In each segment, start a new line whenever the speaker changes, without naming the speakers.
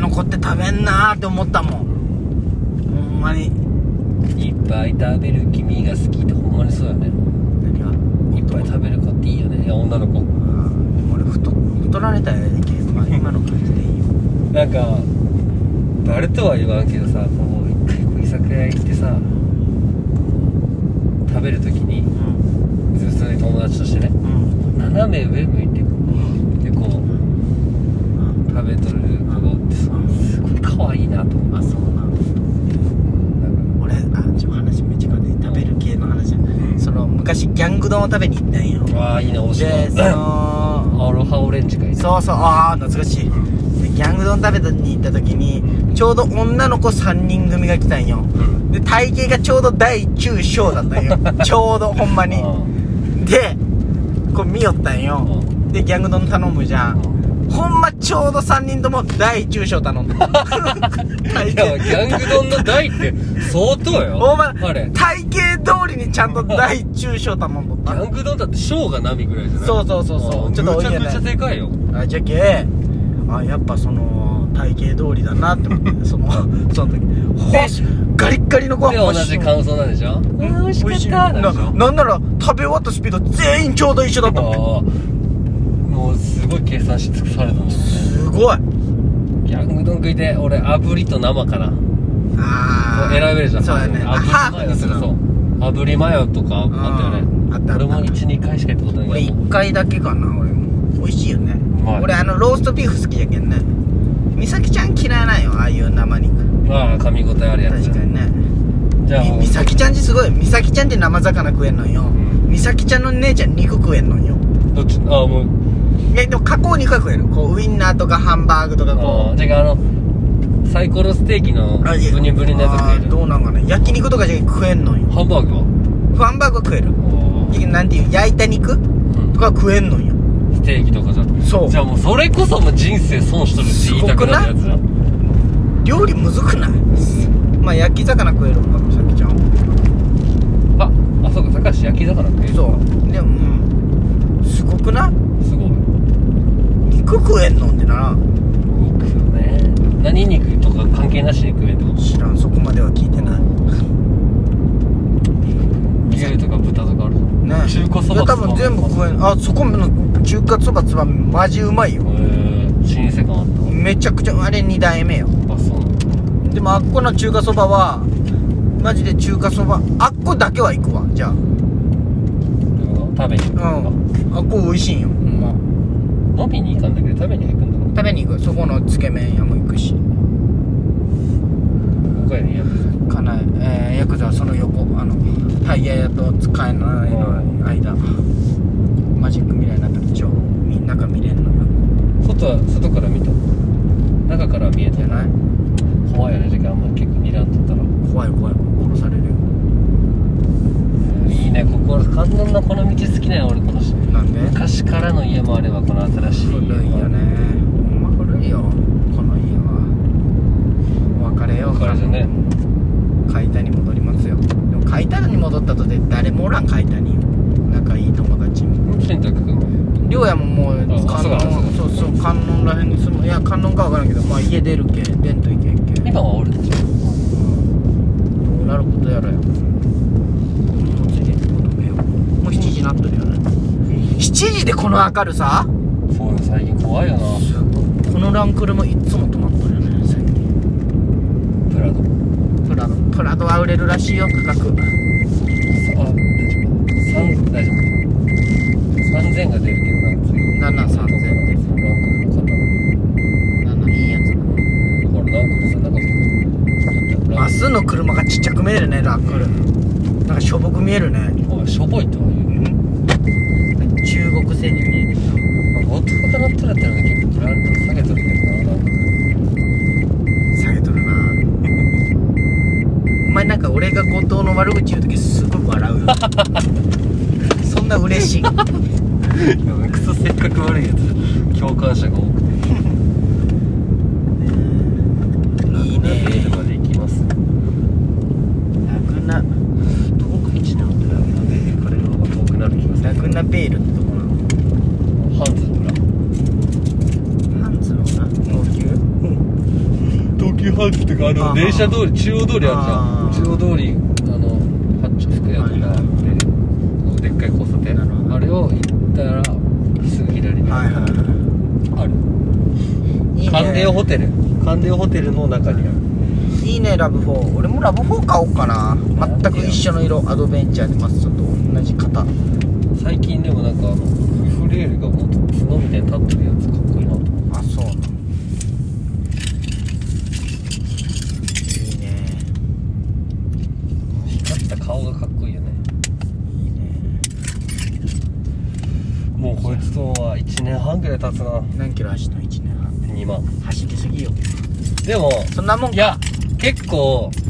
残って食べんなーって思ったもんほんまに
いっぱい食べる君が好きってほんまにそうやね
何が
いっぱい食べる子っていいよねいや女の子
うん俺太太られたやでけまあ今の感じでいいよ
なんか誰とは言わんけどさこう一回こう居酒屋行ってさ食べる時に
うん
普通に友達としてね
うん
斜め上向いてこうでこう
うん
食べとる子がおってさすごい可愛いなと思
あそうなの
うなんか
俺あちょ話めっちゃ変わるね食べる系の話その昔ギャング丼を食べに行ったんよ
わあいいねおし
でそ
ア
の
ロハオレンジかい
そうそうああ懐かしい、でギャング丼食べたに行った時にちょうど女の子3人組が来たんよ
うん
で体型がちょうど第9章だった んよちょうどほんまにでこう見よったんよでギャング丼頼むじゃんほんまちょうど3人とも第9章頼 んだ体
いやギャング丼の台って相当よ
ほんま
あれギ
体型通りにちゃんと第9章頼んどった
ャング丼だってショーが波ぐらいじゃない
そうそうそうそう
ち
ち
ょ
ょ
っとむ
っと多い
ち
よ
ゃ
ね
くちゃでかいよ
あじゃけあやっぱその体型通りだなって思ってそのその時ほしガリッガリの子は
で同じ感想なんでしょ
うん
美味しか
な
ったなんでしょ
なんなら食べ終わったスピード全員ちょうど一緒だったもん
ああもうすごい計算し尽くされたもんね
すごい
ギャング丼食いて俺炙りと生かな
ああ
選べるじゃん
そうだ
炙
ね
り
あハーフにする
そう
の
炙りマヨとかあったよ
うんあったあっ
ね
た
俺も12回しか行ったことな
俺
いけど
1回だけかな俺も美味しいよね
まい
俺あのローストビーフ好きやけんね美咲ちゃん嫌いなんよああいう生肉
まあ噛み応えあるやつ
確かにね
じゃあ
み
もう
美咲ちゃんちすごい美咲ちゃんって生魚食えんのよ、
ん
美咲ちゃんの姉ちゃん肉食えんのよ
どっちああもう
いやでも加工肉は食えるこうウインナーとかハンバーグとか
あ
こ
あ
う
じゃああのサイコロステーキの
あいや
ブニュブニュのやつ
あ
食え
ー
る
どうなんかね焼肉とかじゃ食えんのよ
ハンバーグは
ハンバーグは食えるいやなんていう焼いた肉とか食えんのよ
うんステーキとかじゃ
そう
じゃあもうそれこそもう人生損しとるって言いたくなるやつだ
料理むずくないまあ焼き魚食えるもん美咲ちゃんは
ああそうか高橋焼き魚食える
そうでもうんすごくない
すごい
肉食えんのってな
肉よね何肉とか関係なしで食えんってこと
知らんそこまでは聞いてない
牛とか豚とかある
ね
中華そば
いや多分全部食えんあそこの中華そばつばマジうまいよ
へえ老舗感あった
めちゃくちゃあれ2代目よ
あそうなんだ
でもあっこの中華そばはマジで中華そばあっこだけは行くわじゃあ
食べに行く
うんあっこ美味しいんよほんま
飲みに行かんだけど食べには行くんだか
食べに行くそこのつけ麺屋も行くし
ら他やねやっ
かなえー、ヤクザはその横あのタイヤ屋と使えないの間マジック未来になったら超みんなが見れんのよ
外は外から見た中からは見えた
じゃない
怖いよね時間あんま結構睨んとったら
怖い怖い殺されるよ
いいねここ観音のこの道好きなんよ俺このし
なんで
昔からの家もあればこの新しい家も
古いよねほんま古いよこの家は別れよう
これじゃね
解体に戻りますよでも解体に戻ったとて誰もおらん解体に仲いい友達も
しんたくんも
亮也ももう
あ
観
そうか
音
そうか
そうそう観音らへんに住むいや観音かわからんけどまあ家出るけ出んといけんけ
今はおるでしょ
どうなることやらよもう次求めようもう7時なっとるよね7時でこの明るさ
そうよ最近怖いよな
このランクルもいっつも止まっとるよね最近
プラド
プラドプラドは売れるらしいよ価格
あ大丈夫三大丈夫三千が出るけどな次
7 3 0
0の方
7いいやつ
だからなんかさなんか
マスの車がちっちゃく見えるねランクルなんかしょぼく見えるね
おいしょぼいとは言う
中国製に見える
男がなったらってのは結構ブランド下げとるけどななんか
下げとるな お前なんか俺が後藤の悪口言う時すごい笑 うよそんな嬉しい
クソ性格悪いやつ共感者が多くて
いいね
デートまで行きます
楽な
遠く一年ってなるので行かれる方が遠くなる気がする
楽なベールってとこなの
ハンズの裏
ハンズのな高級
ファンキーとかあ
あ
の
ー
電車通り中央通りあるじゃん
あー
中央通りあの八丁服屋とかあってこうでっかい交差点
なるほど
あれを行ったらすぐ左に
はい
あ
は
る
いいいね
カンデオホテルカンデオホテルの中にある
いいねラブ4俺もラブ4買おうかな全く一緒の色アドベンチャーでマッソと同じ型
最近でもなんかあのフレールがもっと角みたいに立ってるやつかっこいいなと思
あそうなんいいね
う光った顔がかっこいいよね
いいね
もうこいつとは1年半ぐらい経つな
何キロ走ったの1年半
2万
走りすぎよ
でも
そんなもん
い
か
や結構、うん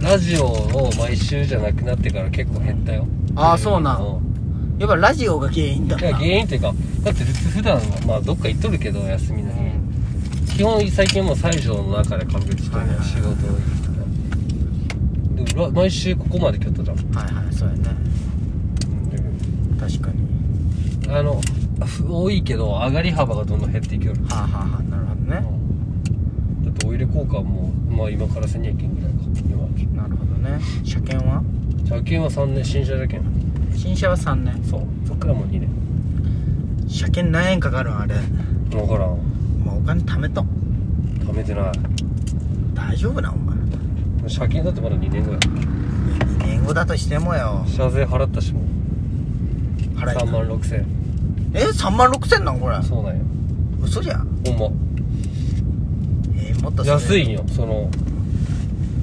ラジオを毎週じゃなくなってから結構減ったよ
あーそうなん
ん
やっぱラジオが原因だ
いや
な
原因というかだって普段まあどっか行っとるけど休みの日、基本最近もう西条の中で完結してるね、
はいはい
仕事行ってでら毎週ここまで来よったじゃん、
はいはいそうやね確かに
あのふ多いけど上がり幅がどんどん減っていくよる、
はあはあはあなるほどね
だってオイル交換もまあ今から1200円ぐらいか今
なるほどね車検は
車検は3年新車車検
新車は3年
そうそっからもう2年
車検何円かかるんあれ
分からん
まあお金貯めとん
貯めてない
大丈夫なお前
車検だってまだ2年ぐらい
2年後だとしてもよ
車税払ったしも
払え
3万6000円
え3万6千なんこれ
そうなんや
嘘じゃん
ほんま
えーもっとする
安いんよその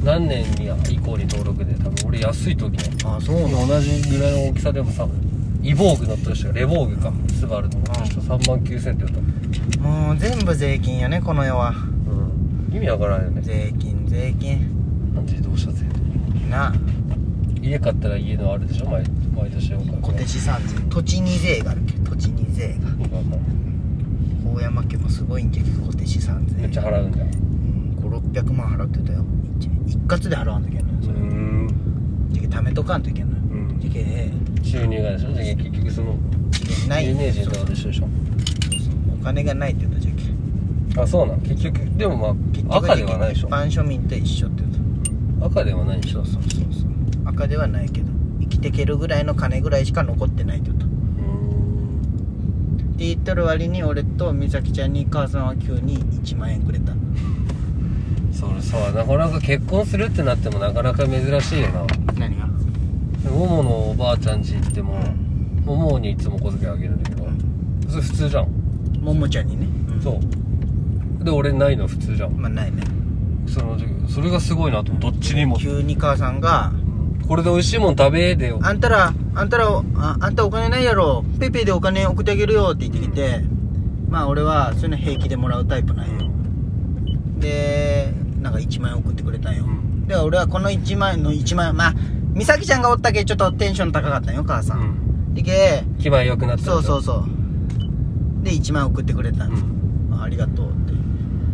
何年に以降に登録で多分俺安い時ね
あそうなん
同じぐらいの大きさでもさイボーグ乗ってる人がレボーグかスバルの乗ってる人3万9000って言った、
もう全部税金よねこの世は
うん、意味わからんよね
税金税金
自動車税と
なあ
家買ったら家のあるでしょ毎毎年お金
固定資産税土地に税があるけど土地に税
わ
が
かんない
大山家もすごいんじゃけど固定資産税
めっちゃ払うんじゃん
うん5600万払ってたよ一一括で払わなきゃいけないそれ
ん
じゃけ貯めとかんといけない
うん
じゃけえ
収入がでしょじゃあ結局その
ーない
有名人
そ
とか
うそう
と一緒でしょ
そうお金がないって言ったじゃけ
あそうなん結局でも
結
まあ
局
赤ではないでしょ
一般庶民と一緒って言った
赤ではないでし
そ
ょ
うそうそうそう赤ではないけど生きてけるぐらいの金ぐらいしか残ってないってことって
うん
言っとる割に俺と美咲ちゃんに母さんは急に1万円くれた
それさなかなか結婚するってなってもなかなか珍しいよな
何が
でもものおばあちゃん家行ってもももにいつも小遣いあげるんだけどそれ普通じゃん
ももちゃんにね、
そうで俺ないの普通じゃん
まあないね
そのそれがすごいなと思うどっちにも
急に母さんが
これで美味しいもん食べでよ
「あんたらあんたらああんたお金ないやろペイペイでお金送ってあげるよ」って言ってきて、まあ俺はそういうの平気でもらうタイプなんよ、でなんか1万円送ってくれたんよ、
うん
で俺はこの1万円の1万円まあ美咲ちゃんがおったけちょっとテンション高かったんよ母さん、でけ
気前良くなった
そうそう
そ
そうで1万円送ってくれたん、
ん
あありがとうって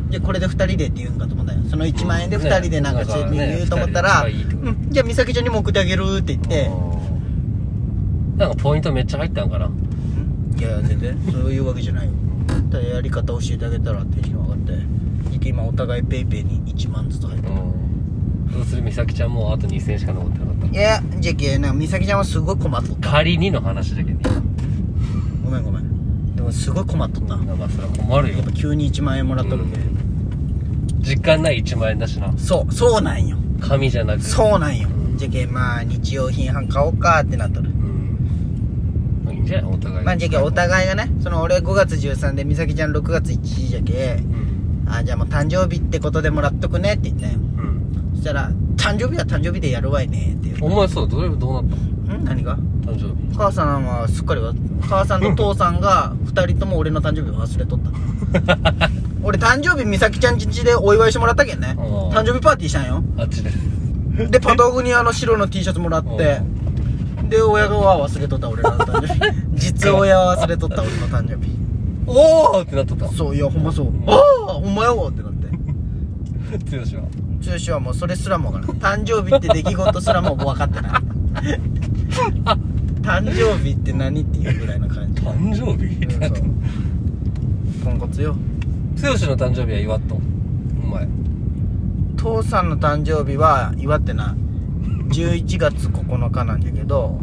じゃあこれで2人でって言うんかと思ったんよその1万円で
うん
2人でなんか
ね
そういうふうに言うと思ったら、
ね二人で一番いいってこ
うんじゃあ美咲ちゃんにも送ってあげるって言って
なんかポイントめっちゃ入ったんかない
やいや全然そういうわけじゃないよただやり方教えてあげたらテンション上がってじゃあ今お互いペイペイに1万ずつ入ってる
どうする美咲ちゃんもうあと2000円しか残ってなかっ
いやじゃあけなんか美咲ちゃんはすごい困っとったた
仮にの話だけどね
ごめんごめんでもすごい困っとったや
まあそれは困るよ
っぱ急に1万円もらったので、
実感ない1万円だしな
そうそうなんよ
紙じゃなくう
そうなんよじゃけまあ日用品販買おうかってなっとる
んまあいいんじゃないお互い
まあじゃけお互いがねその俺5月13で美咲ちゃん6月1じゃけ
うん
あじゃあもう誕生日ってことでもらっとくねって言ったんよ
うん
そしたら「誕生日は誕生日でやるわいね」って言
お前そうどれどうなっ
うん何が
たの誕生日
母さんはすっかりわ母さんと父さ んが2人とも俺の誕生日忘れとった俺誕生日美咲ちゃんちでお祝いしてもらったけんね
あー
誕生日パーティーしたんよ
あっちで
でパトグニアの白の T シャツもらってで親は忘れとった俺の誕生 日実親は忘れとった俺の誕生日
おおってなっとった
そういやほんまそうああほんまやわってなって
剛は
剛はもうそれすらも分からん誕生日って出来事すらも分かってない誕生日って何っていうぐらいの 感じ
誕生日ってなっとった
ポンコツよ
剛の誕生日は祝っとお前
父さんの誕生日は祝ってない11月9日なんだけど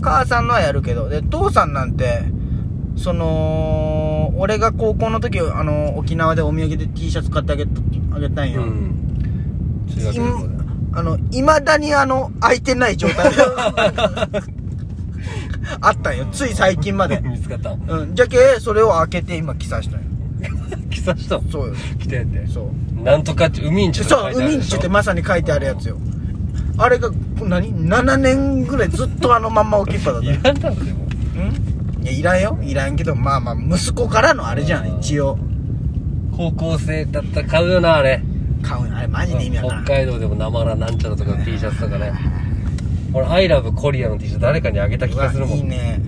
母さんのはやるけどで父さんなんてその俺が高校の時あの沖縄でお土産で T シャツ買ってあげたあげたん
う
よ、
ん中学の頃だ。
あの、いまだにあの、開いてない状 態があったんよ。つい最近まで
見つかったん
うん。じゃけ、それを開けて今記載したんよ。
着さしたもん
そうよ。
着てって
そう。
なんとかって海んちと
そ
か
う、
書いてある
海
で
に
し
ち
ょ
ってまさに書いてあるやつよ。あれが、何 ?7 年ぐらいずっとあのまんま置きっぱだっ
い
たよ。
らんだろでも
うんいや、いらんよ。いらんけど、まあまあ、息子からのあれじゃん、一応。
高校生だったら買うよなあれ
買うよ。あれマジで意味わか
北
らん。
海道でもなまらなんちゃらとかの T シャツとかね俺アイラブコリアの T シャツ誰かにあげた気がする
う
も
わ
ん
いいね。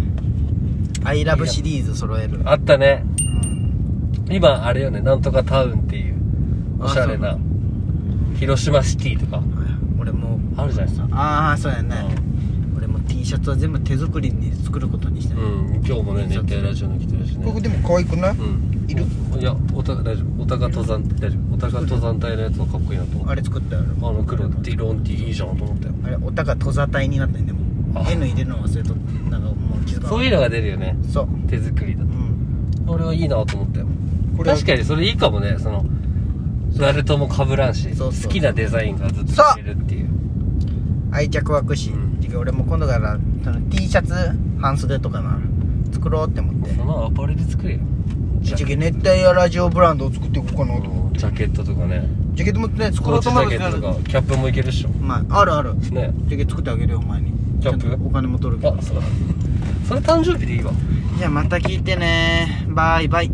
アイラブシリーズ揃える。
あったね
うん。
今あれよねなんとかタウンっていうおしゃれな広島シティとか
俺もう
あるじゃないですか
ああそうやね、俺も T シャツは全部手作りに作ることにして
う
ね、
ん今日もね熱帯ラジオに来てるしね
でも可愛くない、
うん
いる
いやおた大丈夫おたか登山大丈夫おたか登山隊のやつはかっこいいなと思って
あれ作ったよ
あの黒ティロンティいいじゃんと思ったよ
あれおたかとざ隊になったんでも
あ
N 入れるの忘れとったなんかもう気づかなかった
そういうのが出るよね
そう
手作りだと
うん
俺はいいなと思ったよ
これは
確かにそれいいかもねそのナルトも被らんし
そうそう
好きなデザインがずっと着れるっていう
愛着湧くし、
うん
てか俺も今度からその T シャツ半袖とかな作ろうって思って
そのアパレル作れよジャ
じゃけ熱帯夜ラジオブランドを作っていこうかなと思って
ジャケットとかね
じゃけどもね
ス
作
コ
ろ
ー
う
チ
と
ジ
思え
ャ
ば
ケットとかキャップもいけるっしょ
まああるある
ね
じゃけ作ってあげるよお前に
キャップ
ちゃんとお金も取るけど
あそうだそれ誕生日でいいわ
じゃあまた聞いてねバイバイ